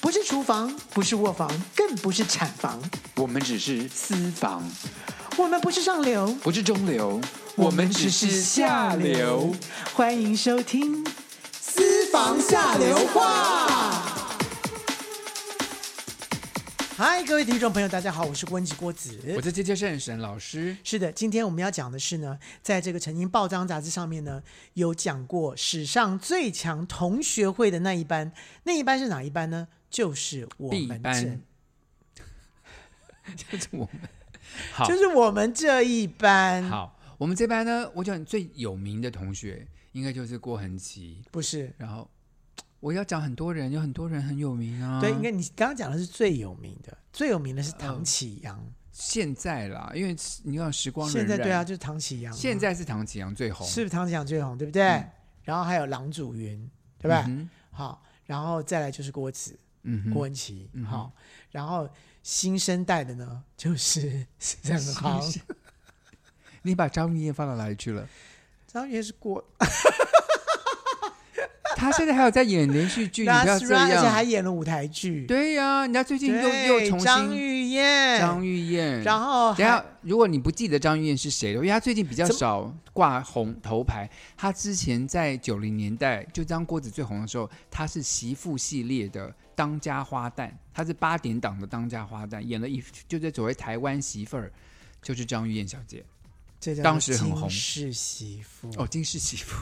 不是厨房，不是卧房，更不是产房，我们只是私房，我们不是上流，不是中流，我们只是下流。。欢迎收听《私房下流话。嗨，各位听众朋友，大家好，我是郭文吉郭子。我在接接圣神老师，是的，今天我们要讲的是呢，在这个《曾经报章》杂志上面呢，有讲过史上最强同学会的那一班，那一班是哪一班呢？就是我 B 们这班， 就是我们。好就是我们这一班，好，我们这班呢，我讲最有名的同学应该就是郭恒琪。不是？然后我要讲很多人，有很多人很有名啊。对，应该你刚刚讲的是最有名的，最有名的是嗯唐启阳。现在啦，因为你看时光荏苒，现在对啊，，就是唐启阳啊。现在是唐启阳最红，是不是唐启阳最红，对不对？然后还有郎祖云，对吧？嗯好，然后再来就是郭子、嗯哼郭文琪，嗯哼好，然后新生代的呢 就是沈航，你把张玉燕放到哪里去了？张元是郭，他现在还有在演连续剧，你不要 That's 这 right，而且还样。演了舞台剧，对呀、人家最近又对，又重张新玉燕，张玉燕。然后等一还下，如果你不记得张玉燕是谁的，因为她最近比较少挂红头牌。她之前在九零年代，就当郭子最红的时候，她是媳妇系列的当家花旦，她是八点档的当家花旦，演了一就是所谓台湾媳妇儿，就是张玉燕小姐。这叫当时很红是媳妇，哦，金氏媳妇，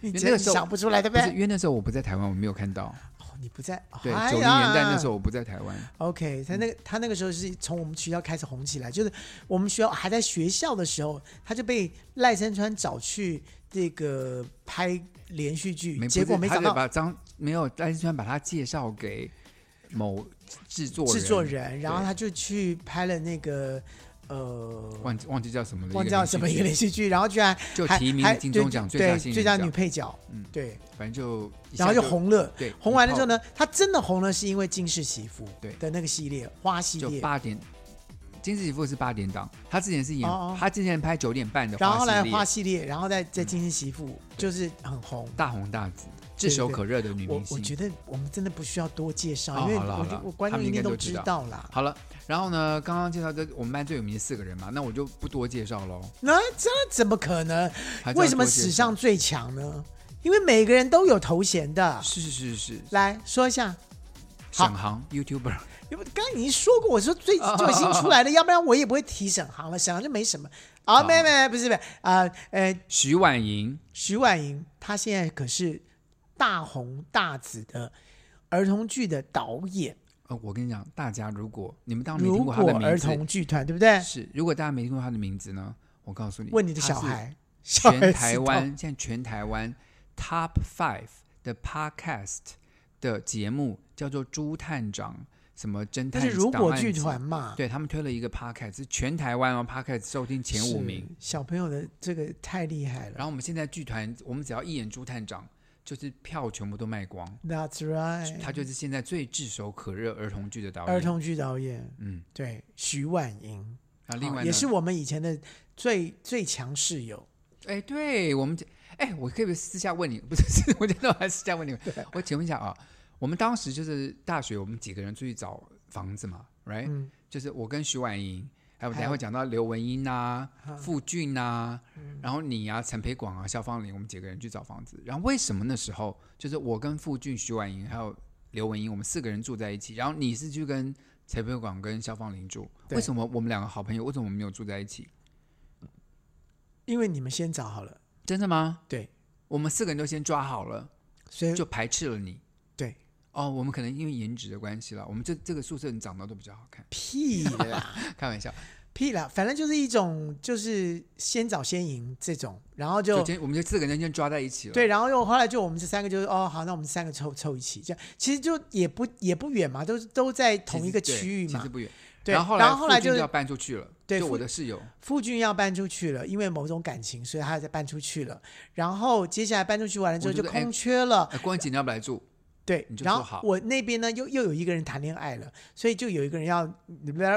你那真个的时候想不出来对不不是因对？为那时候我不在台湾，我没有看到。哦，你不在，对，哎呀九零年代那时候嗯我不在台湾。 OK，他那个他那个时候是从我们学校开始红起来，就是我们学校还在学校的时候，他就被赖声川找去这个拍连续剧，没结果没他想就到把张没有赖声川把他介绍给某制作人，制作人，然后对他就去拍了那个呃，忘记忘记叫什么了，忘记叫什么一个连连续续剧，然后居然剧 就还提名还金对钟奖最对佳新最人佳奖，女配角，嗯对，反正就一然下后就，红了。对，红完了之后呢，呢，他真的红了，是因为《金氏媳妇》对的那个系列花系就列，八点。金氏媳妇是八点档，他之前是演，哦哦他之前拍九点半的然后后花系列，嗯来花系列，然后再再《金氏媳妇》就是很红。大红大紫，对炙手对可热的女我明我星。觉得我们真的不需要多介绍，哦因为好了好我了觉得我观他众们一应该定都都知知道道啦。好了，然后呢，刚刚介绍的我们班最有名的四个人嘛，那我就不多介绍喽。那这怎么可能？还是要为什么多介史绍上最强呢？因为每个人都有头衔的。是是是是来说一下，好沈航 YouTuber 因为刚刚已经说过，我说最哦就已经出 来了，要不然我也不会提沈航了。沈航就没什么啊，好没没不是不是啊，呃，徐婉莹，徐婉莹她现在可是大红大紫的儿童剧的导演，呃，我跟你讲，大家如果你们当然没如听过果他的名儿字，童剧团对不对？是如果大家没听过他的名字呢，我告诉你，问你的他小是孩，小孩 知全台道湾现在全台湾 Top Five 的 Podcast 的节目叫做《朱探长》什么侦探，但是如果剧团。嘛，对他们推了一个 podcast，是全台湾哦 podcast 收听前是五名。。小朋友的这个太厉害了然后我们现在剧团，我们只要一演朱探长，就是票全部都卖光。 ，That's right，他就是现在最炙手可热儿童剧的导演。嗯儿童剧导演，嗯，对，徐婉莹，然后啊另好外哦也呢是我们以前的最最强室友。哎，对我们这，哎，我可以不可以私下问你，不是，是 我觉得我还私下问你们。我请问一下啊，我们当时就是大学，我们几个人出去找房子嘛，right？、嗯就是我跟徐婉莹，还有还等一下有会讲到刘文英呐、傅俊呐、嗯然后你啊、陈培广啊、肖芳玲，我们几个人去找房子。然后为什么那时候就是我跟傅俊、徐婉莹还有刘文英，我们四个人住在一起，然后你是去跟陈培广跟肖芳玲住？对为什么我们两个好朋友，为什么我们没有住在一起？因为你们先找好了，真的吗？对，我们四个人都先抓好了。所以就排斥了你。对，哦，我们可能因为颜值的关系了，我们这这个宿舍人长得都比较好看， 屁啦开玩笑。屁啦，反正就是一种就是先找先赢这种，然后就就。今我们就四个人先抓在一起了。对，然后又后来就我们这三个就是哦好，那我们三个凑凑一起，这样其实就也不也不远嘛，都是都在其实，同一个对区域其嘛实。不远。对，然后后来然后后来附近就是要搬出去了，对就附我的室友傅俊要搬出去了，因为某种感情，所以他才搬出去了。然后接下来搬出去完了之后我觉就得空缺了，呃光景你要不 来住，对你。就然说后好我那边呢又又有一个人谈恋爱了，所以就有一个人要，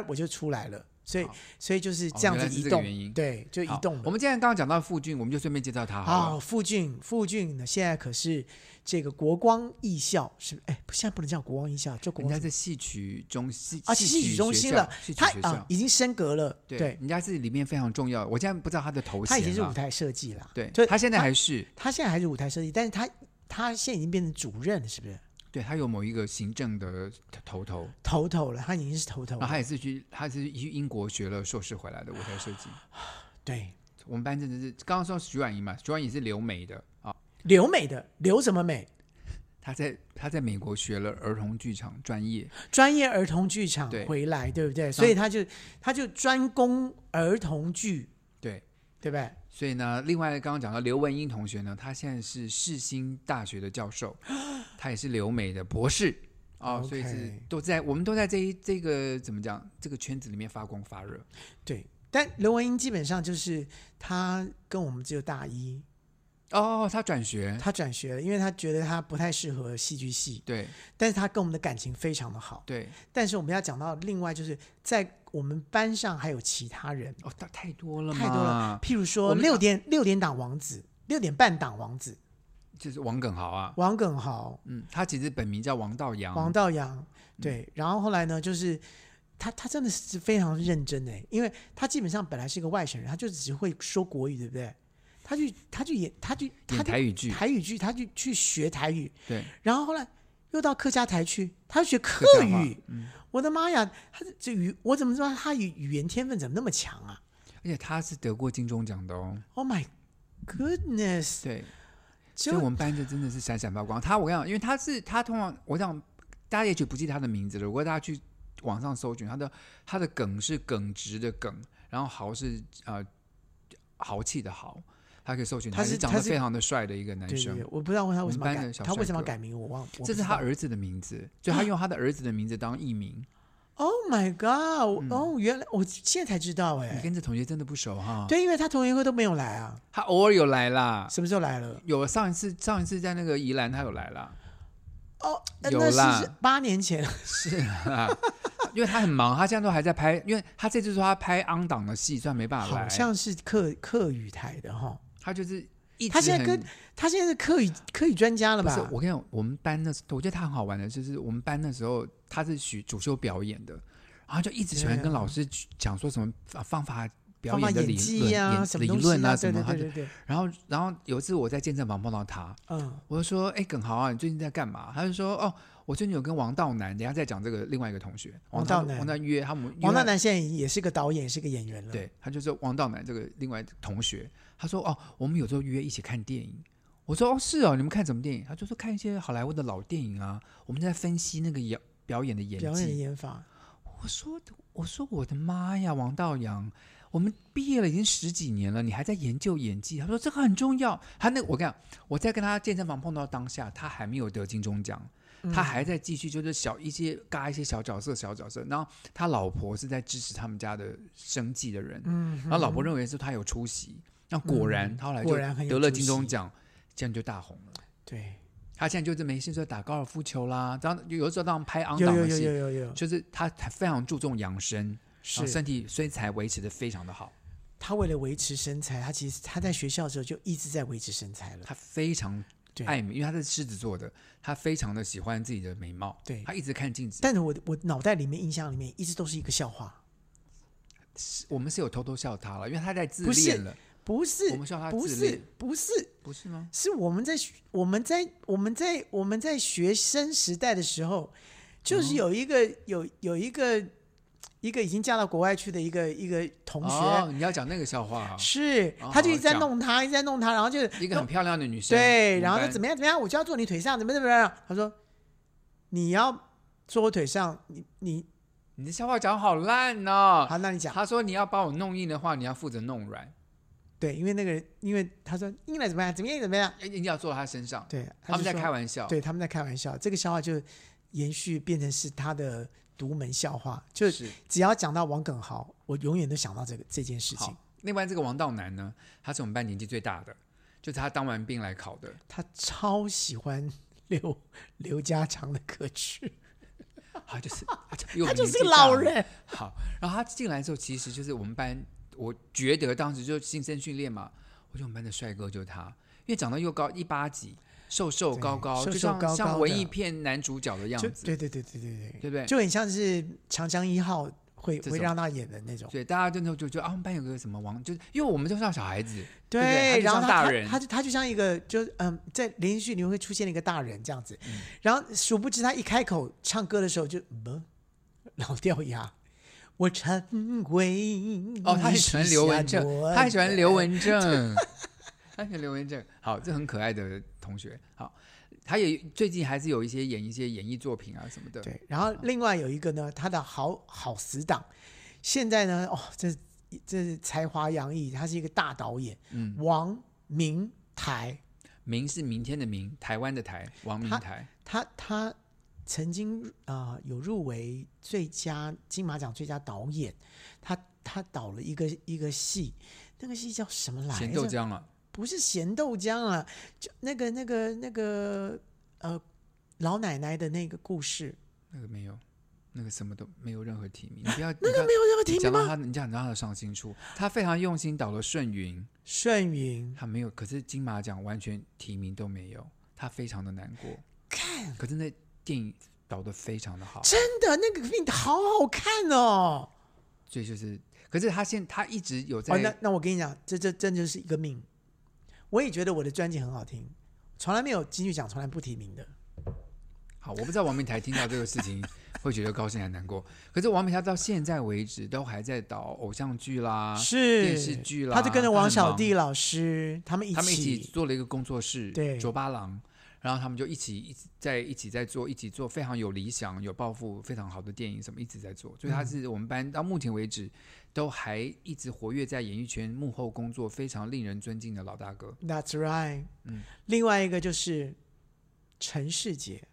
我就出来了，所以好所以就是哦这样原子来是移这个动原，因对，就移好动我了。们既然刚刚讲到附近，我们就顺便啊介绍他好了。啊，傅俊，傅俊呢现在可是这个国光艺校是哎现在不能叫国王艺校，叫国王人家什么在戏曲中戏啊戏曲中心学了校戏，曲他学啊校，已经升格了，对，人家是里面非常重要的。我现在不知道他的头衔他以前是了舞台设计啦，对所以，他现在还是他现在还是舞台设计，但是他他现在已经变成主任了，是不是？对他有某一个行政的头头，头头了，他已经是头头然后了，他也是去，他是去英国学了硕士回来的舞台设计。对，我们班真的是刚刚说徐婉莹嘛，徐婉莹是留美的啊，留美的留什么美？她在她在美国学了儿童剧场专业，专业儿童剧场对回来，对不对？所以他就他就专攻儿童剧，对。对不对？所以呢，另外刚刚讲到刘文英同学呢，他现在是世新大学的教授，他也是留美的博士哦 OK 所以是都在我们都在这一这个怎么讲这个圈子里面发光发热。对。但刘文英基本上就是他跟我们只有大一，哦，他转学，他转学了，因为他觉得他不太适合戏剧系，对但是他跟我们的感情非常的好。对，但是我们要讲到另外就是在我们班上还有其他人，哦，他太多了嘛，太多了，譬如说我们六点六点档王子，六点半档王子，就是王耿豪啊，王耿豪、嗯，他其实本名叫王嗯道阳，王道阳，对，然后后来呢，就是他他真的是非常认真的，因为他基本上本来是一个外省人，他就只会说国语，对不对？他就他就演他就他演就台语剧，台语剧，他就去学台语，对，然后后来又到客家台去，他学客客家话嗯语，我的妈呀，他这语我怎么知道他语语言天分怎么那么强啊而且他是得过金钟奖的哦， ？Oh my goodness！对，就所以我们班就真的是闪闪发光。他我跟你讲，因为他是他通常我想大家也许不记得他的名字了，如果大家去网上搜寻他的他的梗是耿直的耿，然后豪是呃豪气的豪，他可以搜寻他是是长他得是非常的帅的一个男对对生对，。我不知道他为什么我们班改的，小他为帅什么哥改名我忘，我这不是知道他儿子的名字，所以他用他的儿子的名字当艺名。 Oh my god！、哦，原来我现在才知道嗯你哎、跟这同学真的不熟哈？，对，因为他同学会都没有来啊，他偶尔有来啦，什么时候来了？有上一次上一次在那个宜兰他有来啦，哦，呃有那啦是是八年前，是啊， 因为他很忙，他现在都还在拍，因为他这次说他拍昂档的戏，虽然没办法来，好像是客客语台的哈。他就是一直他现在很跟啊他现在是客语客语专家了不吧是？我跟你讲，我们班那时候我觉得他很好玩的，就是我们班那时候他是许主修表演的，然后就一直喜欢对啊跟老师讲说什么啊方法表方法演的理演技论、呀、演什么理东西论啊，什对么对他对就对对，然后，然后有一次我在健身房碰到他，嗯，我就说：“哎，耿豪啊，你最近在干嘛？”他就说：“哦，我最近有跟王道南，等一下再讲这个另外一个同学王道南王道约他们约王他大南现在也是个导演，也是个演员了。，对，他就说王道南这个另外同学，他说哦，我们有时候约一起看电影。我说哦，是哦，你们看什么电影？他就说看一些好莱坞的老电影啊，我们在分析那个演表演的演表演的技。演法，我说我说我的妈呀，王道阳，我们毕业了已经十几年了，你还在研究演技？他说这个很重要。他那我跟你讲，我在跟他健身房碰到当下，他还没有得金钟奖。嗯他还在继续，就是小一些嘎一些小角色，小角色。然后他老婆是在支持他们家的生计的人，嗯，然后老婆认为是他有出息，那果然、他后来就果然很有得了出金钟息奖，这样就大红了。对，他现在就是没事就打高尔夫球啦，当然有的时候当拍昂有档有的有有戏，有有，就是他他非常注重养生，然后是身体身材维持的非常的好，他为了维持身材，他其实他在学校的时候就一直在维持身材了。他非常对爱美，因为他是狮子座的，他非常的喜欢自己的美貌，对他一直看镜子。但是我我脑袋里面印象里面一直都是一个笑话，我们是有偷偷笑他了，因为他在自不是恋了，不是我们笑他不自是恋不是不是吗？是我们在我们在我们在我们在学生时代的时候，嗯就是有一个、有有一个一个已经嫁到国外去的一个一个同学，哦，你要讲那个笑话啊，是哦他就一直在好好讲弄他，一直在弄他，然后就一个很漂亮的女生，对，然后他就怎么样怎么样，我就要坐你腿上，怎么怎么样？他说你要坐我腿上，你你你的笑话讲好烂哦。好，那你讲他说你要把我弄硬的话，你要负责弄软，对，因为那个人，因为他说应该怎么样怎么样怎么样，哎一定要坐到他身上。对，他们在玩。开玩笑，对，他们在开玩笑，这个笑话就延续变成是他的独门笑话，就是只要讲到王耿豪，我永远都想到这个这件事情好。。另外这个王道男呢，他是我们班年纪最大的，就是他当完兵来考的。他超喜欢 刘刘家强的歌曲，他就是他他就是个老。人，好，然后他进来之后，其实就是我们班，我觉得当时就新生训练嘛，我觉得我们班的帅哥就是他，因为长得又高一八几，瘦瘦高高，对就瘦瘦高高像像的文艺片男主角的样就子，对对对对对对，对不对？就很像是长江一号会这会种让他演的那种。对，大家真的就觉得啊，我们班有个什么王，就是因为我们就像小孩子，对不对，对然后他就像他大他人他就他就像一个，就是嗯，在连续剧里面会出现一个大人这样子，嗯然后殊不知他一开口唱歌的时候就么老掉 牙，我成为哦，他很你喜欢许刘文下正，诺他很喜欢言刘 文正，他喜欢刘文正。好，这很可爱的同学。好，他也最近还是有一些演一些演艺作品啊什么的。对，然后另外有一个呢，他的好好死党，现在呢，哦，这这是才华洋溢，他是一个大导演，嗯，王明台，明是明天的明，台湾的台，王明台。他他曾经啊、呃有入围最佳金马奖最佳导演，他他导了一个一个戏，那个戏叫什么来着？咸豆浆了，不是咸豆浆啊，就那个那个那个呃老奶奶的那个故事，那个没有，那个什么都没有任何提名。你不要那个没有有那个题讲目到吗？他，你讲到他的伤心处，他非常用心导了《顺云》，顺云，他没有，可是金马奖完全提名都没有，他非常的难过。看，可是那电影导的非常的好。真的那个病好好看哦。所以就是，可是他现他一直有在，哦，那那我跟你讲，这这真就是一个命。我也觉得我的专辑很好听，从来没有金曲奖从来不提名的。好，我不知道王明台听到这个事情 会觉得高兴还难过。可是王明台到现在为止都还在导偶像剧啦，是啊电视剧啦他就跟着他王很小忙弟老师他们一起，他们一起做了一个工作室，对卓八郎，然后他们就一起一起在一起在做，一起做非常有理想、有抱负、非常好的电影，什么一直在做。所以他是嗯我们班到目前为止都还一直活跃在演艺圈幕后工作，非常令人尊敬的老大哥。 That's right。嗯另外一个就是陈世杰、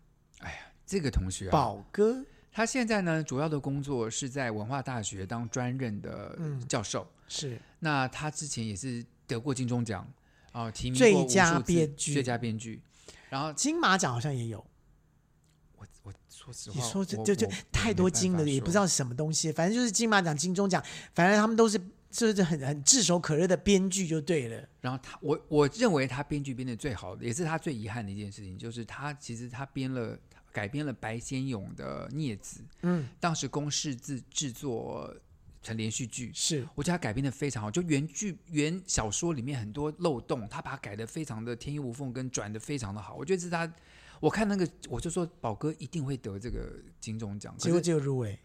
这个同学啊，宝哥，他现在呢，主要的工作是在文化大学当专任的嗯教授。是那他之前也是得过金钟奖，哦、提名过最佳无数次编剧最佳编剧。然后金马奖好像也有。我我说实话，你说这我这就我太多金我没了，办法也说不知道是什么东西，反正就是金马奖、金钟奖，反正他们都是就是很很炙手可热的编剧就对了。然后他，我我认为他编剧编的最好的，也是他最遗憾的一件事情，就是他其实他编了改编了白先勇的《孽子》，嗯，当时公视制制作成连续剧，是我觉得他改编的非常好，就原剧原小说里面很多漏洞，他把它改的非常的天衣无缝，跟转的非常的好。我觉得这是他，我看那个我就说宝哥一定会得这个金钟奖，结可果是只有入围，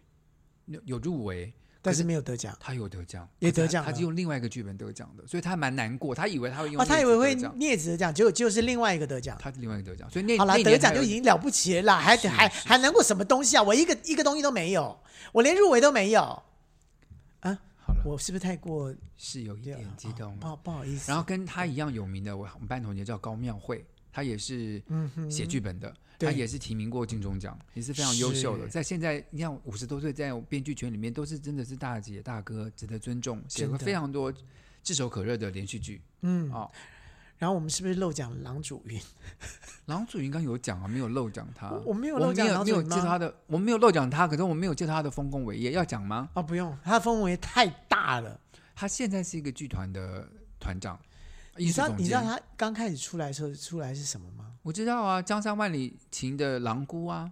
有有入围，但可是是没有得奖。他有得奖，也可是得奖他，他是了用另外一个剧本得奖的，所以他蛮难过，他以为他会用哦，他以孽为子会得奖镊子得奖，结果就是另外一个得奖。他是另外一个得奖，所以那好啦，那得年奖还就有已经了不起了啦，还是还是还难过什么东西啊？我一个一个东西都没有，我连入围都没有。好了，我是不是太过是有一点激动哦不了。好不好意思。然后跟他一样有名的，我我们班同学叫高妙慧，她也是写剧本的，嗯对她也是提名过金钟奖，也是非常优秀的。是在现在你看五十多岁，在编剧圈里面都是真的是大姐大哥，值得尊重，写真了的非常多炙手可热的连续剧。嗯，哦，然后我们是不是漏讲郎主云？郎祖云刚有讲啊，没有漏讲他，我我没有我漏讲郎没主有云介绍吗？他的，我没有漏讲他，可是我没有介绍他的丰功伟业，要讲吗？哦，不用，他的氛围太大了。他现在是一个剧团的团长，艺你知术道总你知道监。他刚开始出来的时候出来是什么吗？我知道啊，江山万里情的狼姑啊，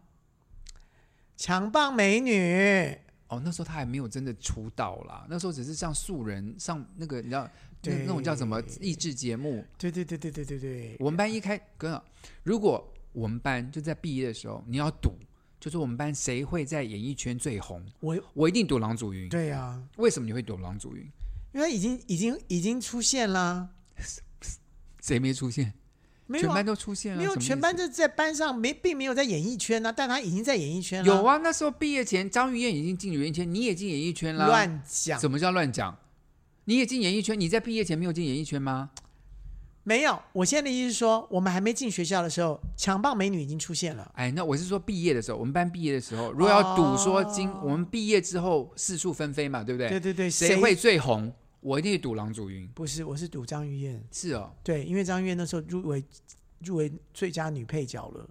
强棒美女，哦，那时候他还没有真的出道啦，那时候只是像素人上那个你知道那对那种叫什么益智节目。对对对对对对对，我们班一开，哥啊，如果我们班就在毕业的时候，你要赌，就是我们班谁会在演艺圈最红，我我一定赌郎祖云。对呀、啊，为什么你会赌郎祖云？因为他已经已经已经出现啦，谁没出现？没有全啊、班都出现了，没有什么意思全班就在班上没并没有在演艺圈啊呢、但他已经在演艺圈了，有啊。那时候毕业前，张玉燕已经进演艺圈，你也进演艺圈啦。乱讲什么叫乱讲？你也进演艺圈？你在毕业前没有进演艺圈吗？没有。我现在的意思是说，我们还没进学校的时候，强棒美女已经出现了。哎，那我是说毕业的时候，我们班毕业的时候，如果要赌说今、哦我们毕业之后四处纷飞嘛，对不对？对对对，谁会最红？我一定赌郎祖云。不是，我是赌张玉燕。是哦，对，因为张玉燕那时候入围入围最佳女配角了，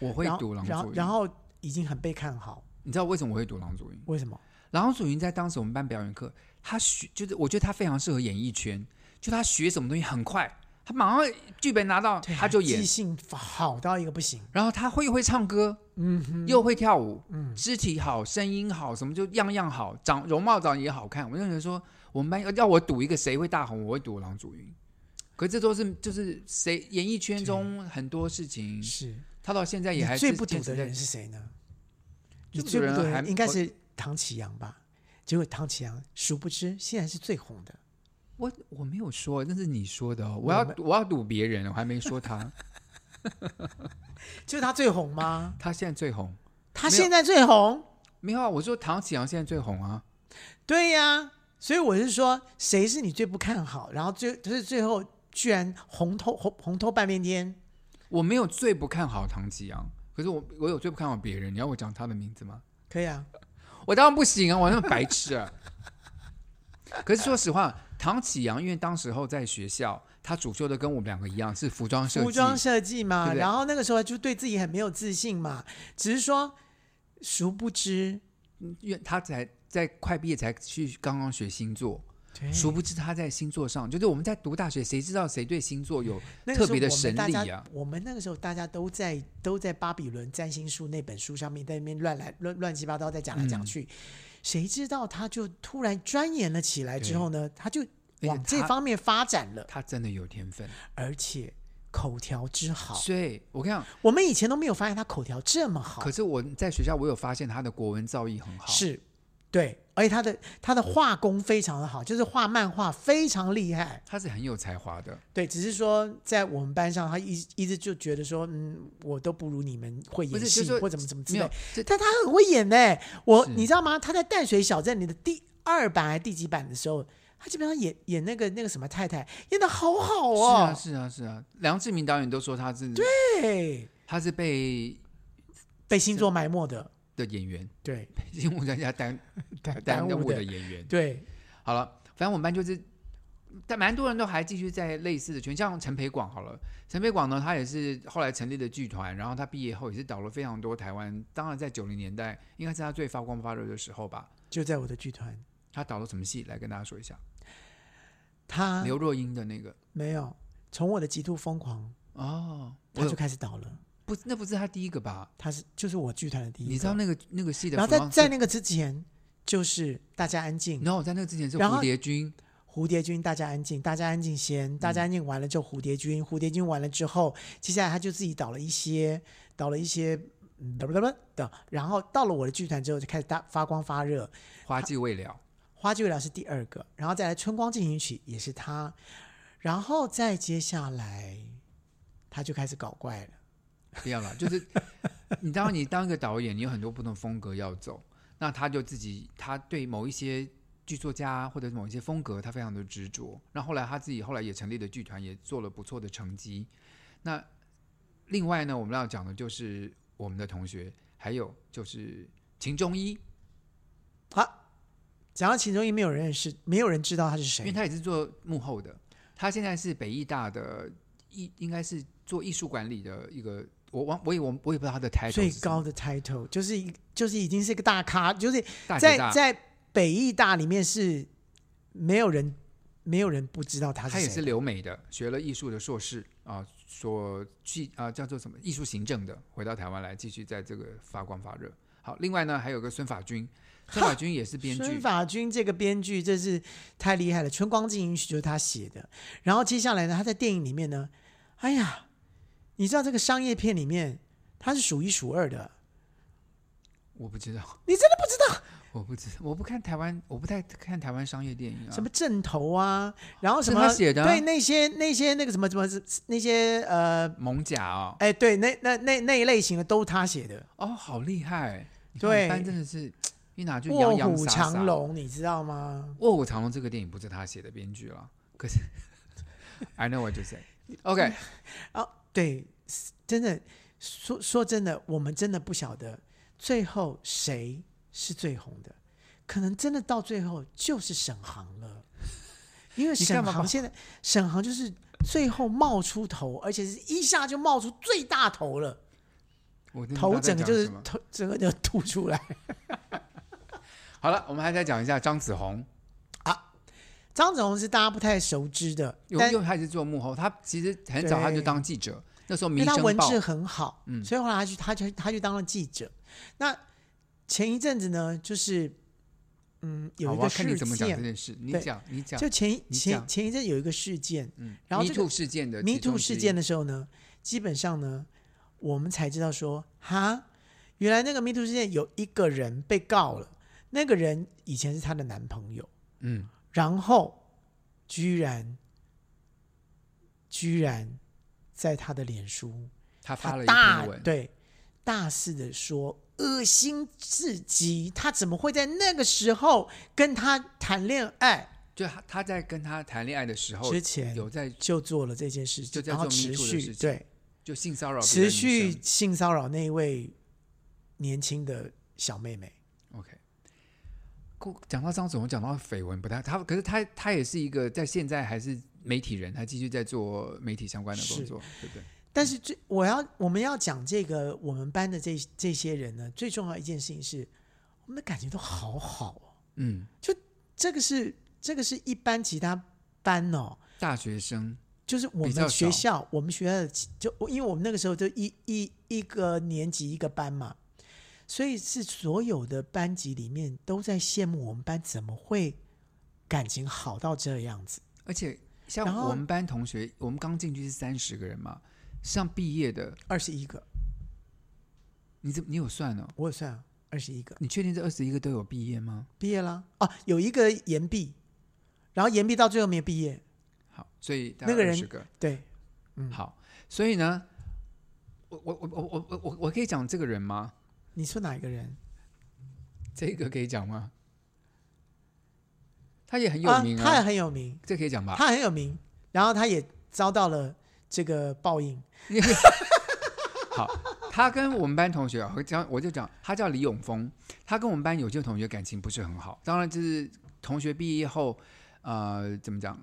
我会然后赌郎然祖后云。然后已经很被看好，你知道为什么我会赌郎祖云？为什么？郎祖云在当时我们班表演课，他学就是我觉得他非常适合演艺圈，就他学什么东西很快，他马上剧本拿到对他就演记，性好到一个不行。然后他会又会唱歌，嗯，又会跳舞，嗯，肢体好，声音好，什么就样样好，长容貌长得也好看。我就觉得说，我们班要我赌一个谁会大红，我会赌郎祖筠。可这都是就是谁演艺圈中很多事情，是嗯他到现在也还你是最不坚赌持的在人是谁呢？你最不最赌不的赌的人还人应该我是唐启阳吧？结果唐启阳，殊不知现在是最红的。我我没有说，那是你说的哦。我要没我要赌别人，我还没说他。 就是他最红吗？他现在最红，他没有现在最红，没有啊？我说唐启阳现在最红啊。对呀、所以我是说，谁是你最不看好？然后最就是最后居然红透红红透半边天，我没有最不看好唐启阳，可是我我有最不看好别人。你要我讲他的名字吗？可以啊？我当然不行啊，我那么白痴啊。 可是说实话，唐启阳因为当时候在学校，他主修的跟我们两个一样是服装设计，服装设计嘛，对不对然后那个时候就对自己很没有自信嘛，只是说，殊不知，因为他才在快毕业才去刚刚学星座，对殊不知他在星座上，就是我们在读大学，谁知道谁对星座有那个特时候别的我神们大力家啊？，我们那个时候大家都在都在巴比伦占星术那本书上面在那边乱来乱乱七八糟在讲来讲去，嗯谁知道他就突然钻研了起来之后呢，他就且往这哎他方面发展了，他真的有天分，而且口条之好，所以我跟你讲，我们以前都没有发现他口条这么好可，是我在学校我有发现他的国文造诣很好，是，对，而且他的他的画工非常的好，就是画漫画非常厉害。他是很有才华的。对，只是说在我们班上，他一一直就觉得说，嗯，我都不如你们会不演是戏就是说或怎么怎么之没类有。，这但他很会演呢、我你知道吗？他在淡水小镇里的第二版还是第几版的时候，他基本上演演那个那个什么太太，演的好好是哦。啊，是啊，是啊。梁志明导演都说他是对，他是被被星座埋没的，的演员，对， 被新闻专家担耽担耽误误的的，演员。对，好了，反正我们班就是，但蛮多人都还继续在类似的圈，像陈培广好了，陈培广呢，他也是后来成立的剧团，然后他毕业后也是导了非常多台湾，当然在九零年代应该是他最发光发热的时候吧。就在我的剧团，他导了什么戏来跟大家说一下？他刘若英的那个没有从我的极度疯狂，哦，我他就有开始倒了。不，那不是他第一个吧？他是就是我剧团的第一个，你知道那个那个戏的然后服在装在是，那个之前，就是大家安静，然后在那个之前是然蝴后蝶君，蝴蝶君，大家安静，大家安静先，大家嗯安静完了之后，蝴蝶君，蝴蝶君完了之后，接下来他就自己导了一些，导了一些，嗯，不不不的，然后到了我的剧团之后，就开始大发光发热。花季未了，花季未了是第二个，然后再来春光进行曲也是他，然后再接下来他就开始搞怪了。不要了，就是你当你当一个导演，你有很多不同风格要走，那他就自己他对某一些剧作家或者某一些风格，他非常的执着。那后来他自己后来也成立了剧团，也做了不错的成绩。那另外呢，我们要讲的就是我们的同学，还有就是秦中医，好，讲到其中一，没有人认识，没有人知道他是因为谁。他也是做幕后的，他现在是北艺大的艺，应该是做艺术管理的一个。我忘我也我我也不知道他的 title 最是什么高的 title 就是一就是已经是个大咖，就是大姐在大在北艺大里面是没有人没有人不知道他是他谁也的是留美的，学了艺术的硕士啊，所去啊叫做什么艺术行政的，回到台湾来继续在这个发光发热。好，另外呢还有个孙法军，孙法军也是编孙剧，法军这个编剧真是太厉害了，《春光进行曲》就是他写的。然后接下来呢，他在电影里面呢，哎呀，你知道这个商业片里面他是数一数二啊的，我不知道，你真的不知道 我不知，我不看台湾，我不太看台湾商业电影啊。什么正头啊，然后什么是他写的啊对那些那些那个什么什么那些呃，蒙甲哦，哎对，那那那那一类型的都他写的。哦，好厉害！你看我们对班真的是一拿就洋卧洋虎洒藏洒。龙，你知道吗？卧虎藏龙这个电影不是他写的编剧了，可是 I know what you say。OK，哦，对，真的说说真的，我们真的不晓得最后谁是最红的，可能真的到最后就是沈航了，因为 你干沈嘛把航现在沈航就是最后冒出头，而且是一下就冒出最大头了，我真的不知头道在整个就讲是什么头整个就凸出来。好了，我们还再讲一下张子红。张子红是大家不太熟知的，因但为他也是做幕后，他其实很早他就当记者，那时候《因民为他生文报字》很好，嗯所以后来他去，他就他去当了记者。那前一阵子呢，就是嗯，有好一我要个看你事啊怎么讲这件，件事，你对讲你讲，就前你前讲前一阵有一个事件嗯，然后这 Me 个 Too 事件的，Me 其中 Too 之事一件的时候呢，基本上呢，我们才知道说，哈，原来那个 Me Too 事件有一个人被告了，那个人以前是她的男朋友，嗯，然后居然居然在她的脸书。他他发了一大篇文，对大肆的说恶心至极，他怎么会在那个时候跟他谈恋爱？就他他在跟他谈恋爱的时候之前有在就做了这件事情就，在然后做 Me 持 Too 的续事情对就性骚扰别的持女续生性骚扰那一位年轻的小妹妹。 OK。故讲到张子红，讲到绯闻不太，他可是他他也是一个在现在还是媒体人，他继续在做媒体相关的工是作，对不对？但是最我要我们要讲这个我们班的这这些人呢，最重要一件事情是，我们的感情都好好哦，嗯，这个是这个是一般其他班哦，大学生就是我比较们学少校，我们学校的就因为我们那个时候就一一一个年级一个班嘛，所以是所有的班级里面都在羡慕我们班怎么会感情好到这样子。而且像然后我们班同学，我们刚进去是三十个人嘛，像毕业的，二十一个，你怎你有算哦？我也算啊二十一个，你确定这二十一个都有毕业吗？毕业啦。哦、有一个延毕，然后延毕到最后没有毕业。好，所以大那概个二人嗯十个。对，好，所以呢，我我我我我我我可以讲这个人吗？你说哪一个人？这个可以讲吗？他也很有啊名他也啊，很有名，这可以讲吧？他很有名，然后他也遭到了这个报应。好，他跟我们班同学，我讲我就讲，他叫李永峰，他跟我们班有些同学感情不是很好，当然就是同学毕业后，呃，怎么讲，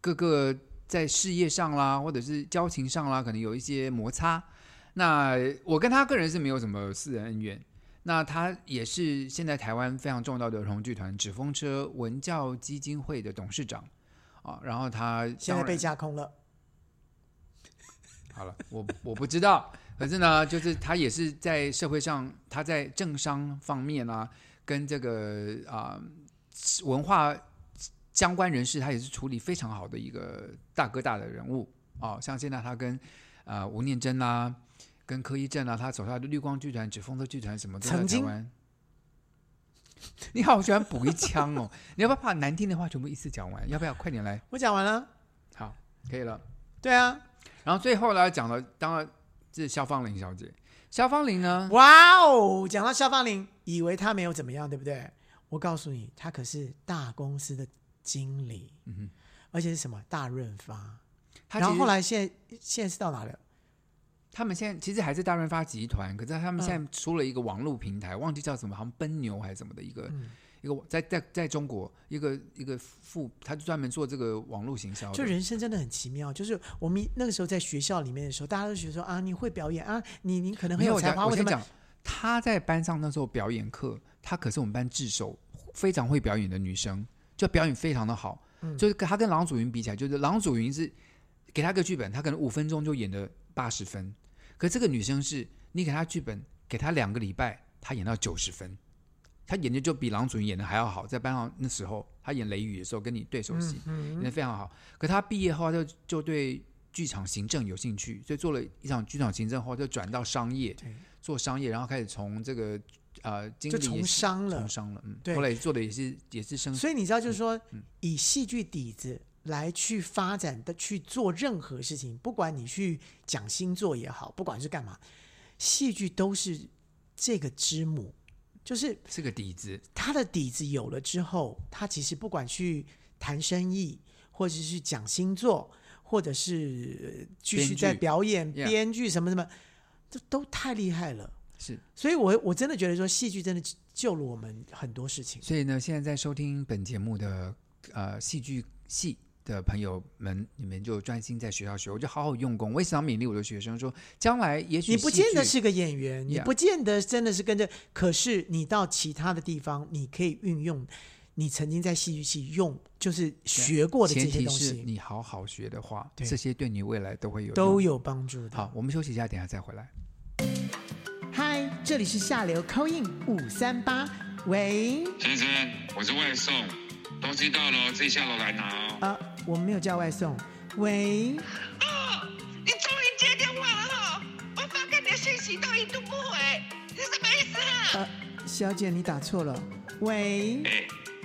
各个在事业上啦，或者是交情上啦，可能有一些摩擦。那我跟他个人是没有什么私人恩怨。那他也是现在台湾非常重要的儿童剧团纸风车文教基金会的董事长啊，然后他现在当然被架空了，好了，我我不知道，可是呢，就是他也是在社会上，他在政商方面啊，跟这个啊、文化相关人士，他也是处理非常好的一个大哥大的人物哦。像现在他跟啊吴念真啊，跟柯一正啊，他手下的绿光剧团、纸风车剧团什么都在曾台经湾。你好，喜欢补一枪哦！你要不要把难听的话全部一次讲完？要不要快点来？我讲完了。好，可以了。对啊，然后最后呢，讲了，当然是肖芳玲小姐。肖芳玲呢，哇哦！讲到肖芳玲，以为她没有怎么样，对不对？我告诉你，她可是大公司的经理，嗯而且是什么大润发。她然后其实后来现在现在是到哪了？他们现在其实还是大润发集团，可是他们嗯现在出了一个网络平台，忘记叫什么，好像奔牛还是什么的一个、嗯一个在在在中国一个一个副，他就专门做这个网络行销的。就人生真的很奇妙，就是我们那个时候在学校里面的时候，大家都觉得说啊，你会表演啊，你你可能很没有有才华，我为什先么？讲，她在班上那时候表演课，她可是我们班炙手非常会表演的女生，就表演非常的好。嗯就是跟她跟郎祖云比起来，就是郎祖云是给她个剧本，她可能五分钟就演了八十分，可这个女生是你给她剧本，给她两个礼拜，她演到九十分。她演的就比郎祖云演的还要好，在班上那时候，她演《雷雨》的时候跟你对手戏，嗯演的非常好。可她毕业后，她就就对剧场行政有兴趣，所以做了一场剧场行政后，就转到商业，对，做商业，然后开始从这个呃经就理也从是商了从。商了，嗯，对后来也做的也是也是生所以你知道，就是说，嗯以戏剧底子来去发展的去做任何事情，不管你去讲星座也好，不管是干嘛，戏剧都是这个之母，就是是个底子，他的底子有了之后，他其实不管去谈生意，或者是讲星座，或者是呃继续编剧在表演、 Yeah 编剧什么什么，这都太厉害了。是。所以我，我真的觉得说，戏剧真的救了我们很多事情。所以呢，现在在收听本节目的呃戏剧系的朋友们，你们就专心在学校学，我就好好用功。我也想勉励我的学生说，将来也许你不戏见得剧是个演员，你 Yeah 不见得真的是跟着，可是你到其他的地方，你可以运用你曾经在戏剧系用，就是学过的这前些提东是西，你好好学的话，对这些对你未来都会有都用。有帮助的。好，我们休息一下，等一下再回来。嗨，这里是下流 c i n 五三八，喂，先生，我是外送，东西到了哦自己下楼来拿哦。啊，我们没有叫外送，喂，哦，你终于接电话了哈、我发给你的信息都一度不回，是什么意思啊？呃，小姐你打错了，喂，哎、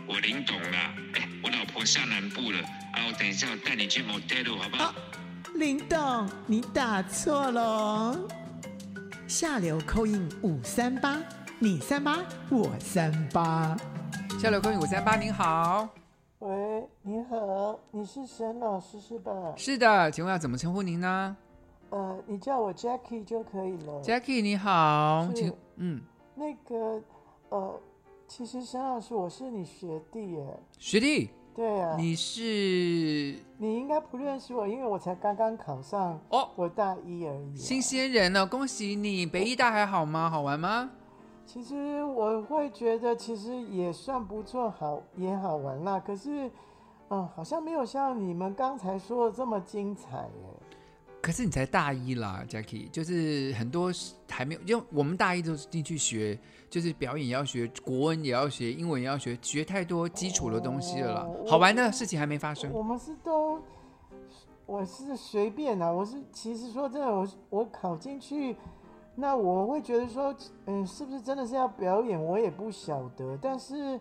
我林董啦，哎、我老婆下南部了，啊，我等一下我带你去 motel 好不好？林董你打错了哦，下流 c i 五三八，你三八我三八。下流公寓五三八，您好，喂，你好，你是沈老师是吧？是的，请问要怎么称呼您呢呃，你叫我 Jackie 就可以了。 ？Jackie 你好，是请嗯，那个，呃，其实沈老师我是你学弟耶。学弟，对啊，你是你应该不认识我，因为我才刚刚考上哦我大一而已啊、新鲜人呢、恭喜你！北医大还好吗？好玩吗？其实我会觉得，其实也算不错，好也好玩啦。可是，嗯，好像没有像你们刚才说的这么精彩耶。可是你才大一啦，Jackie，就是很多还没有，因为我们大一都是进去学，就是表演也要学，国文也要学，英文也要学，学太多基础的东西了啦。哦好玩的事情还没发生。我们是都，我是随便啊，我是其实说真的，我我考进去，那我会觉得说，嗯，是不是真的是要表演，我也不晓得，但是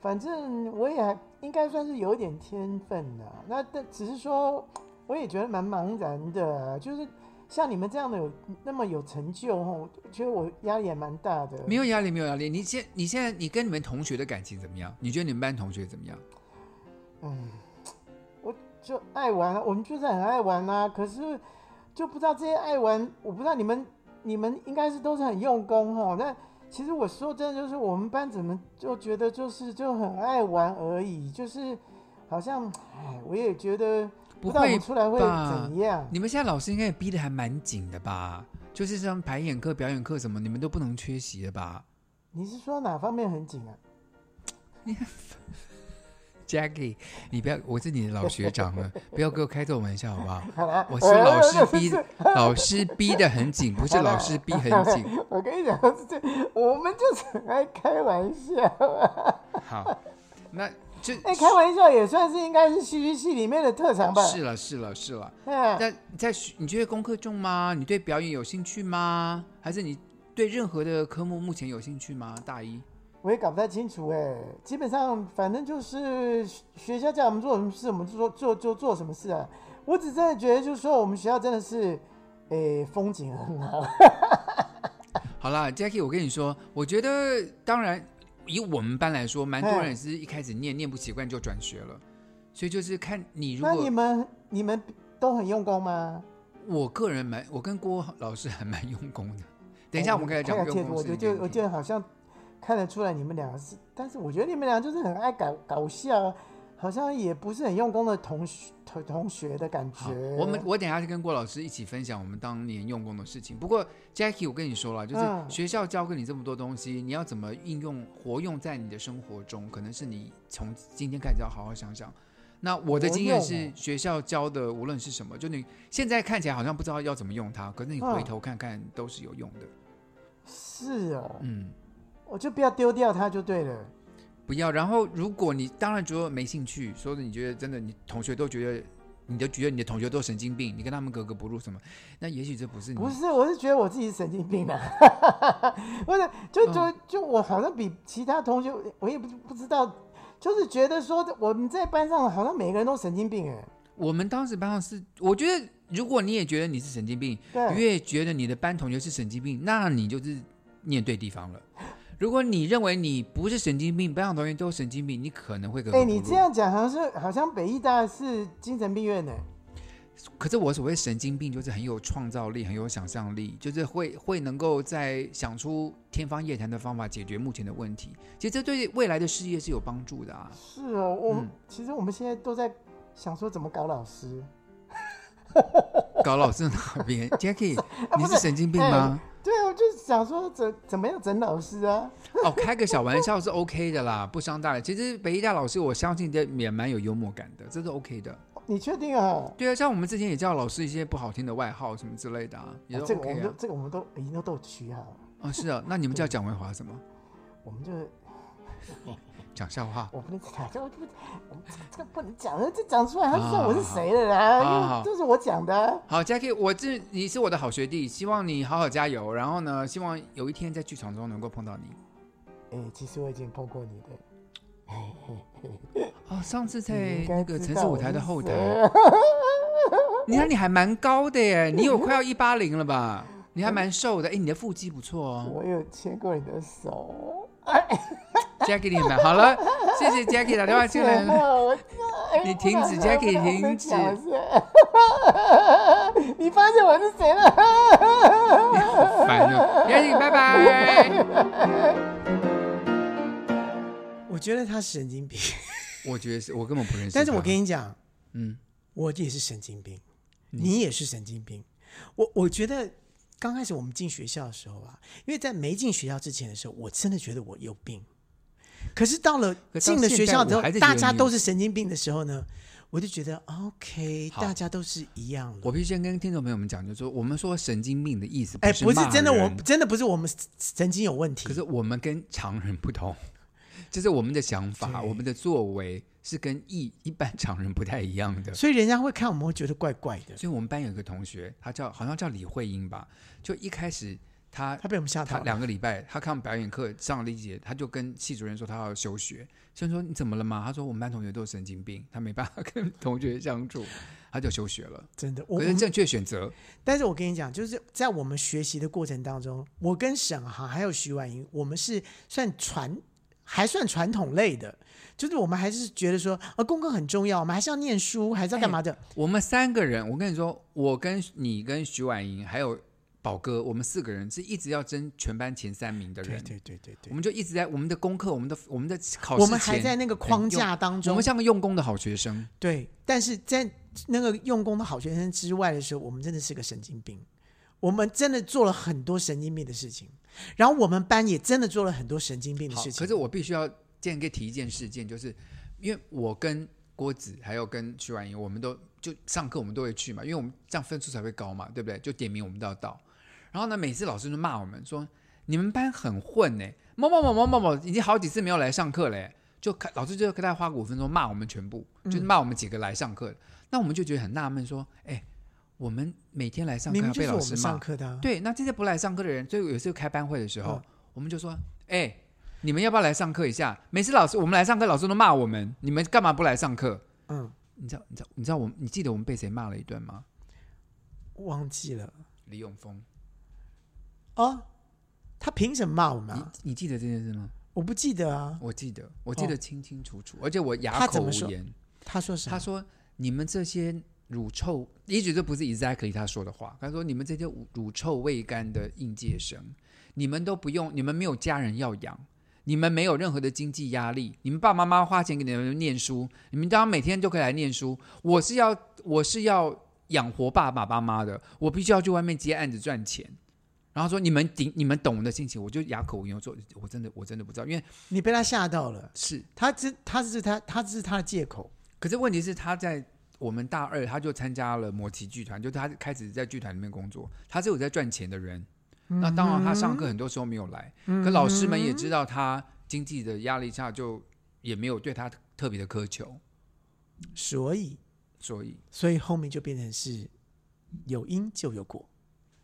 反正我也还应该算是有一点天分呐、啊那但只是说，我也觉得蛮茫然的、啊，就是。像你们这样的有那么有成就哦，我觉得我压力也蛮大的。没有压力，没有压力。你现你现在你跟你们同学的感情怎么样？你觉得你们班同学怎么样？嗯，我就爱玩啊，我们就是很爱玩啊。可是就不知道这些爱玩，我不知道你们你们应该是都是很用功哈。那其实我说真的，就是我们班怎么就觉得就是就很爱玩而已，就是好像哎，我也觉得不知道我会们出来会吧怎样。你们现在老师应该也逼得还蛮紧的吧？就是像排演课、表演课什么，你们都不能缺席的吧你是说哪方面很紧啊？ ？Jackie，你不要，我是你的老学长了，不要给我开这种玩笑好不好？好啊哎啦我是老师逼，老师逼得很紧，不是老师逼很 紧。我跟你讲，这我们就是很爱开玩笑啊。好，那就哎、开玩笑也算是应该是戏剧系里面的特长吧？是了，是了，是了。嗯，那在学你觉得功课重吗？你对表演有兴趣吗？还是你对任何的科目目前有兴趣吗？大一我也搞不太清楚哎、基本上反正就是学校叫我们做什么事，我们就做做做做什么事啊。我只真的觉得就是说我们学校真的是，哎、风景很好。好啦 j a c k i e 我跟你说，我觉得当然以我们班来说，蛮多人嗯也是一开始念念不习惯就转学了，所以就是看你如那果你们你们都很用功吗？我个人蛮，我跟郭老师还蛮用功 的。等一下，我们开始讲哎呀用天功我事觉得情就给我你觉得好像看得出来你们俩是，但是我觉得你们俩就是很爱搞搞笑啊，好像也不是很用功的同学同同学的感好觉。，我们我等一下去跟郭老师一起分享我们当年用功的事情。不过 Jackie，我跟你说了，就是嗯学校教给你这么多东西，你要怎么应用、活用在你的生活中，可能是你从今天开始要好好想想。那我的活经验用是哦，学校教的无论是什么，就你现在看起来好像不知道要怎么用它，可是你回嗯头看看都是有用的。是哦，嗯，我就不要丢掉它就对了。不要。然后，如果你当然觉得没兴趣，说你觉得真的，你同学都觉得，你都觉得你的同学都神经病，你跟他们格格不入什么，那也许这不是你不是，我是觉得我自己神经病啊！ 不是，就就嗯就我好像比其他同学，我也不不知道，就是觉得说我们在班上好像每个人都神经病哎。我们当时班上是，我觉得如果你也觉得你是神经病，对越觉得你的班同学是神经病，那你就是念对地方了。如果你认为你不是神经病，班上同学都神经病，你可能会格格哎、不入。你这，样讲好像是好像北艺大是精神病院呢。可是我所谓神经病就是很有创造力，很有想象力，就是会会能够在想出天方夜谭的方法解决目前的问题。其实这对未来的事业是有帮助的 啊。是哦，我、嗯其实我们现在都在想说怎么搞老师。搞老师那边，Jackie， 啊你不哎是神经病吗？对，我就是想说怎怎么样整老师啊？哦，开个小玩笑是 OK 的啦，不伤大雅。其实北医大老师，我相信也也蛮有幽默感的，这是 OK 的。你确定啊？对啊，像我们之前也叫老师一些不好听的外号什么之类的啊，也啊是这个我 OK 们都啊。这个我们都已经都取好了，哦，是啊，那你们叫蒋文华什么？我们就讲笑话。我们打这个不，我们这个这个不能讲，这讲出来他就知道我是好谁了好好啦，好这是我讲的啊。好，Jackie，我这你是我的好学弟，希望你好好加油。然后呢，希望有一天在剧场中能够碰到你。哎、其实我已经碰过你的，哦，上次你在应那该个知城道市舞我台是的后台，谁 你看你还蛮高的耶，你有快要一八零了吧？你还蛮瘦的，哎，你的腹肌不错哦 我有牵过你的手。 ，Jackie 你很蛮好了，谢谢 Jackie 打电话进来天了。哪我哎你停止不能 Jackie，不能停不能止讲是 你发现我是谁了？烦了，Jackie 拜 拜。我觉得他是神经病，我觉得是我根本不认识他，但是我跟你讲，嗯，我也是神经病，你也是神经病。我我觉得刚开始我们进学校的时候啊，因为在没进学校之前的时候，我真的觉得我有病。可是到了可到进了现学在校我之后还是，觉得大你家有都是神经病的时候呢，我就觉得 OK，好大家都是一样的。我必须先跟听众朋友们讲，就是说我们说神经病的意思，哎，不不是真的，我们。真的不是我们神经有问题。可是我们跟常人不同，就是我们的想法、对我们的作为是跟一一般常人不太一样的。所以人家会看我们会觉得怪怪的，所以我们班有一个同学，他叫好像叫李慧英吧，就一开始他他被我们吓他到了。两个礼拜，他看表演课上了一节，他就跟系主任说他要休学。先说你怎么了吗？他说我们班同学都是神经病，他没办法跟同学相处，他就休学了。真的，我可我是们正确选择，但是我跟你讲，就是在我们学习的过程当中，我跟沈航还有徐婉莹，我们是算传，还算传统类的，就是我们还是觉得说，呃，功课很重要，我们还是要念书，还是要干嘛的。我们三个人，我跟你说，我跟你跟徐婉莹还有宝哥，我们四个人是一直要争全班前三名的人。对对我，们就一直在我们的功课、我们的我们的考试前，我们还在那个框很用，架当我中们，像个嗯用功的好学生。对。但是在那个用功的好学生之外的时候，我们真的是个神经病，我们真的做了很多神经病的事情，然后我们班也真的做了很多神经病的好事，情。可是我必须要建个提一件事件，就是因为我跟郭子还有跟徐婉莹，我们都就上课我们都会去嘛，因为我们这样分数才会高嘛，对不对？就点名我们都要到。然后呢，每次老师就骂我们说你们班很混呢、欸某某某某某某已经好几次没有来上课嘞、就看老师就跟他花五分钟骂我们全部，就是嗯骂我们几个来上课的。那我们就觉得很纳闷，说，哎、我们每天来上课明还明就被是老我师们骂上，课的、啊，对，那这些不来上课的人，所以有时候开班会的时候，嗯我们就说：“哎、你们要不要来上课一下？每次老师我们来上课，老师都骂我们，你们干嘛不来上课嗯，？”你知道，你知道，你知道我们，你记得我们被谁骂了一顿吗？忘记了。李永峰，哦，他凭什么骂我们、啊？你你记得这件事吗？我不记得啊。我记得，我记哦得清清楚楚，而且我哑他怎口么无说言。他说什他么？说：“你们这些乳臭，也许这不是 exactly 他说的话。他说你们这些乳乳臭未干的应届生，你们都不用，你们没有家人要养，你们没有任何的经济压力，你们爸爸妈妈花钱给你们念书，你们当然每天就可以来念书。我是要，我是要养活爸爸妈妈的，我必须要去外面接案子赚钱。”然后说你们顶你们懂我的心情，我就哑口无言。我说我真的我真的不知道，因为你被他吓到了。是他这他是他他这是他的借口。可是问题是，他在我们大二他就参加了摩奇剧团，就他开始在剧团里面工作，他是有在赚钱的人。嗯那当然，他上课很多时候没有来，可老师们也知道他经济的压力下，就也没有对他特别的苛求，所以所以所以后面就变成是有因就有果，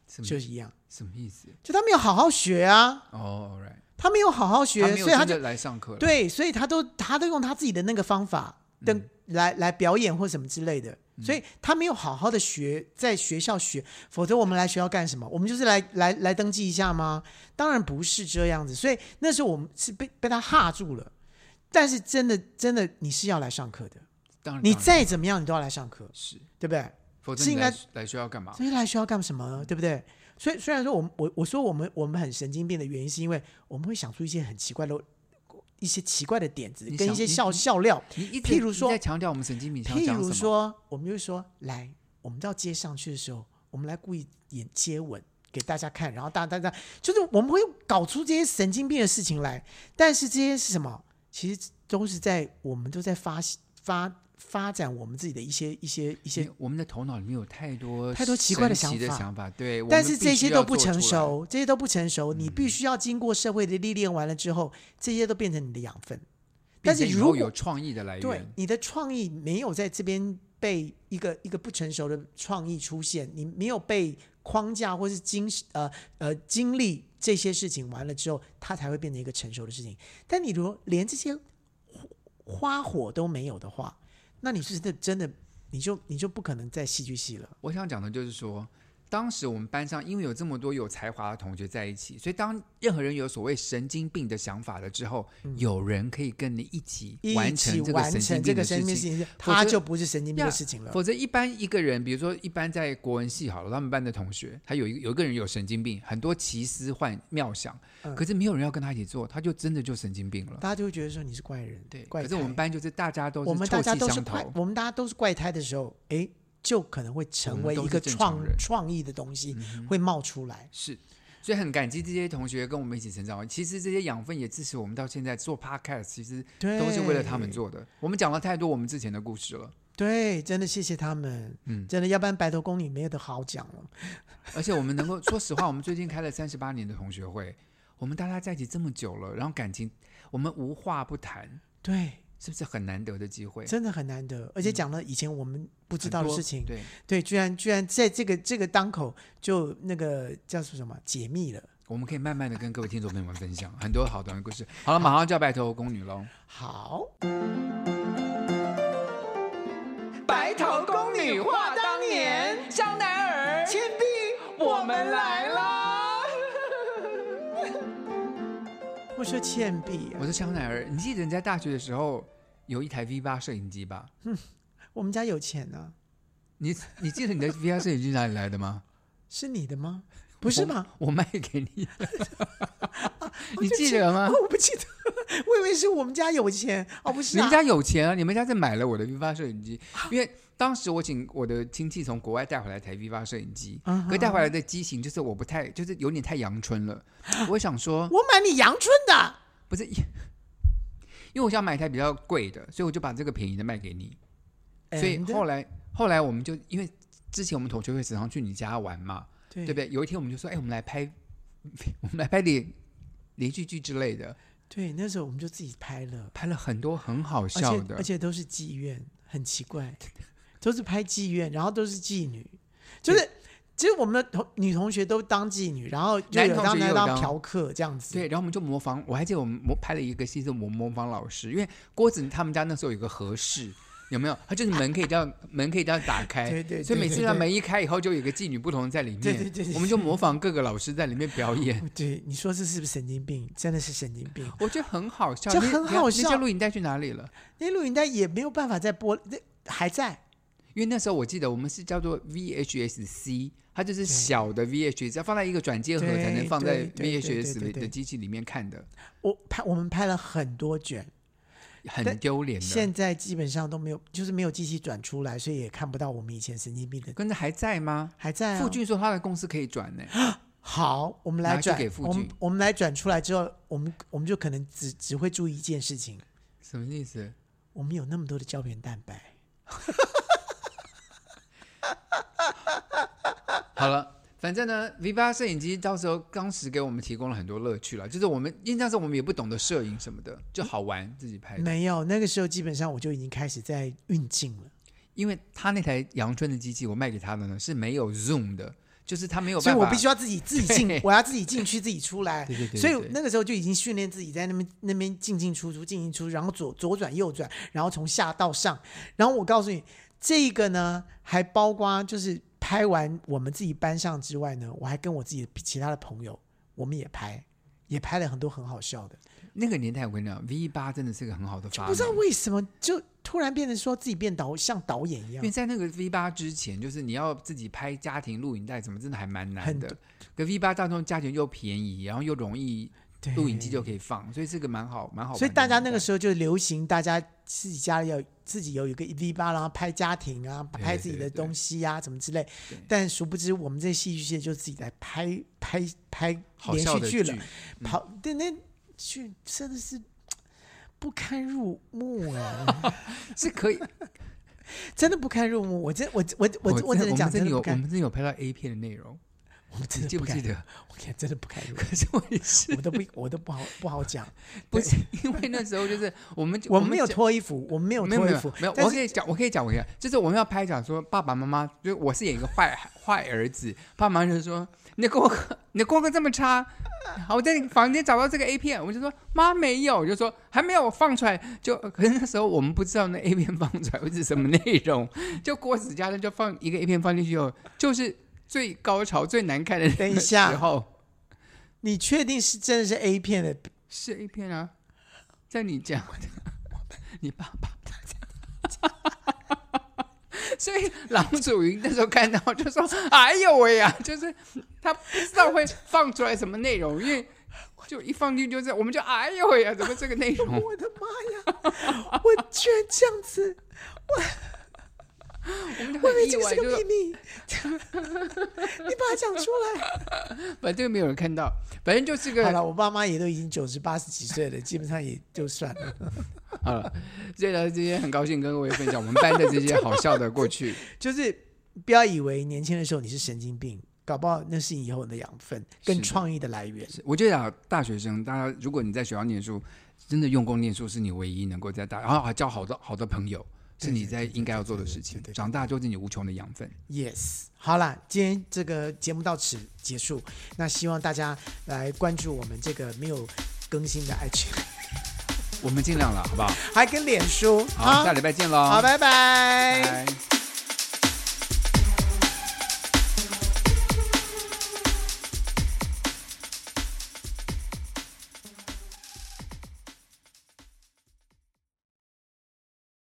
什么就是一样。什么意思？就他没有好好学啊，哦、oh,，right，他没有好好学，他没有所以他真就的来上课了。对，所以他都他都用他自己的那个方法等、嗯来来表演或什么之类的。所以他没有好好的学，在学校学，否则我们来学校干什么？我们就是来来来登记一下吗？当然不是这样子。所以那时候我们是被被他吓住了，但是真的真的你是要来上课的，当然你当然再怎么样你都要来上课，是，对不对？否则是你应该来来学校干嘛？这些来学校干什么呢？对不对？所以虽然说我们我我说我们我们很神经病的原因，是因为我们会想出一些很奇怪的一些奇怪的点子你，跟一想些你笑笑料。你一直譬如你说在强调我们神经病，想譬讲什如么，说，我们就说来，我们到街上去的时候，我们来故意演接吻，给大家看，然后大大家就是我们会搞出这些神经病的事情来，但是这些是什么？其实都是在我们都在发发发展我们自己的一些一些一些因为我们的头脑里面有太多太多奇怪的神奇想的法想法，对，我但们是必这些须要都不做成出来。嗯熟，这些都不成熟，你必须要经过社会的历练完了之后，这些都变成你的养分。但是并且以如后果有创意的来对源，你的创意没有在这边被一个一个不成熟的创意出现，你没有被框架或是经呃呃经历这些事情完了之后，它才会变成一个成熟的事情。但你如果连这些花火都没有的话，那你是真的真的你就你就不可能在戏剧系了。我想讲的就是说，当时我们班上因为有这么多有才华的同学在一起，所以当任何人有所谓神经病的想法了之后，有人可以跟你一起嗯一完起成这个完神经成病这的个神事经病事情。情，否则他就不是神经病的事情了。否则一般一个人，比如说一般在国文系好了，他们班的同学，他有一个有一个人有神经病，很多奇思幻妙想，嗯可是没有人要跟他一起做，他就真的就神经病了。大家就会觉得说你是怪人，对，怪可是我们胎班就是大家都我们臭大家气都是相怪投，，我们大家都是怪胎的时候，诶，就可能会成为我一们都个是正常创人嗯创意的东西会冒出来。是，所以很感激这些同学跟我们一起成长。其实这些养分也支持我们到现在做 podcast，其实对都是为了他们做的。我们讲了太多我们之前的故事了，对，真的谢谢他们，嗯真的，要不然白头宫里没有的好讲哦了。而且我们能够说实话，我们最近开了三十八年的同学会，我们大家在一起这么久了，然后感情我们无话不谈，对，是不是很难得的机会？真的很难得，而且讲了以前我们不知很道的多事情，对对，居然居然在这个这个当口就那个叫做什么解密了。我们可以慢慢的跟各位听众朋友们分享很多好的故事。好了，马上就要白头宫女喽。好，白头宫女话当年，香奈儿、倩碧，我们来啦！我说倩碧、我啊，是香奈儿，你记得你在大学的时候有一台 V 八摄影机吧？我们家有钱呢、你你记得你的 VR 摄影机哪里来的吗？是你的吗？ 不是吗？我？我卖给你的， 对你不记起得吗？哦我不记得， 我以为是我们家有钱哦，不是、你啊，们家有钱啊！你们家是买了我的 V 八摄影机，因为当时我请我的亲戚从国外带回来一台 V 八摄影机，嗯哼可带回来的机型就是我不太，就是有点太阳春了。 我想说，我买你阳春的，不是， 因为我想买一台比较贵的，所以我就把这个便宜的卖给你。所以 And- 后来后来我们就因为之前我们同学会时常去你家玩嘛，对对不对？有一天我们就说，哎，我们来拍， 我们来拍连连续剧之类的，对，那时候我们就自己拍了，拍了很多很好而笑且的而。且都是妓院，很奇 怪，都是拍妓院，然后都是妓女，就是。其实我们的同女同学都当妓女，然后就男有同当学也有当当嫖客这样子。对，，然后我们就模仿，我还记得我们模拍了一个戏是模模仿老师，因为郭子他们家那时候有一个和室，有没有？他就是门可以这样，门可以这样打开，对对对所以每次对他对门一开以后，就有一个妓女不同在里面，对对对对我们就模仿各个老师在里面 表演，对，你说这是不是神经病？真的是神经病。我觉得很好笑，这那很那好那笑些录影带去哪里了？那录影带也没有办法再播，那还在。因为那时候我记得我们是叫做 VHS C，它就是小的 VHS，要放在一个转接盒对才能放在对对对对 VHS 对里对的机器里面看的，我拍我们拍了很多卷，很但丢脸的。现在基本上都没有，就是没有机器转出来，所以也看不到我们以前神经病的跟着还在吗？还在、啊。傅俊说他的公司可以转呢、好，我们来拿去转给父我们君我们来转出来之后，我们我们就可能只只会注意一件事情，什么意思？我们有那么多的胶原蛋白，好了。反正呢，V 八摄影机到时候当时给我们提供了很多乐趣了，就是我们因为那时候我们也不懂得摄影什么的，就好玩自己拍的。没有那个时候基本上我就已经开始在运镜了，因为他那台阳春的机器，我卖给他的呢是没有 zoom 的，就是他没有所办以法。我必须要自己自己进对，我要自己进去自己出来，对对对对所以对那个时候就已经训练自己在那边那边进进出出进进出出，然后左左转右转，然后从下到上，然后我告诉你，这个呢还包括就是拍完我们自己班上之外呢，我还跟我自己的其他的朋友，我们也拍。也拍了很多很好笑的，那个年代，我跟你讲，V 八真的是啊个很好的发明。不知道为什么就突然变成说自己变导像导演一因样为，在那个 V 八之前，就是你要自己拍家庭录影带，什么真的还蛮难很的多。可 V 八当中价钱又便宜，然后又容易对录影机就可以放，所以这个蛮好，蛮好玩的年代。所以大家那个时候就流行，大家自己家里有自己有一个 V 八，然后拍家庭啊，对拍自己的对对东西啊，什么之类对。但殊不知，我们这戏剧系就自己来拍拍拍好连笑续剧的剧嗯了，跑对那剧真的是不堪入目 啊，是可以。真的不堪入目。我真我我我我只能讲我们真的的有，不我们堪，真的有拍到 A 片的内容，我们真你的记不不堪 记得？我看真的不堪入目，可是我也是我，都不我都不好不好讲， 不是因为那时候就是 我们我们没有讲脱衣服，我们没有没有脱没衣有服，没有，但我是可以讲，我可以讲我一下，就是我们要拍讲说爸爸妈妈，就是我是演一个坏坏儿子，爸妈就说你的功课你的功课这么差，好，我在你房间找到这个 A 片，我就说妈没有，我就说还没有我放出来，就可是那时候我们不知道那 A 片放出来会是什么内容，就郭子嘉呢就放一个 A 片放进去以后，就是最高潮最难看的那等一个下时候你确定是真的是 A 片的是 A 片啊，在你家， 你爸爸。 所以郎祖云那时候看到就说：“哎呦喂呀、就是他不知道会放出来什么内容，因为就一放进去就是，我们就哎呦喂呀、怎么这个内 容？我的妈呀！我居然这样子，我们就我以为很意这个外，是就个秘是密， 你把它讲出来。反正没有人看到，反正就是个好了，我爸妈也都已经九十八十几岁了，基本上也就算了。 好了。所以呢，今天很高兴跟各位分享我们班的这些好笑的过去。就是不要以为年轻的时候你是神经病，搞不好那是你以后的养分跟是的创意的来源。我觉得啊，大学生，大家如果你在学校念书，真的用功念书是你唯一能够在大，然后还交好多好的朋友，是你在应该要做的事情。长大就是你无穷的养分。 Yes，好啦，今天这个节目到此结束。那希望大家来关注我们这个没有更新的 IG，我们尽量了，好不好？还跟脸书。好，下礼拜见喽，好，拜拜拜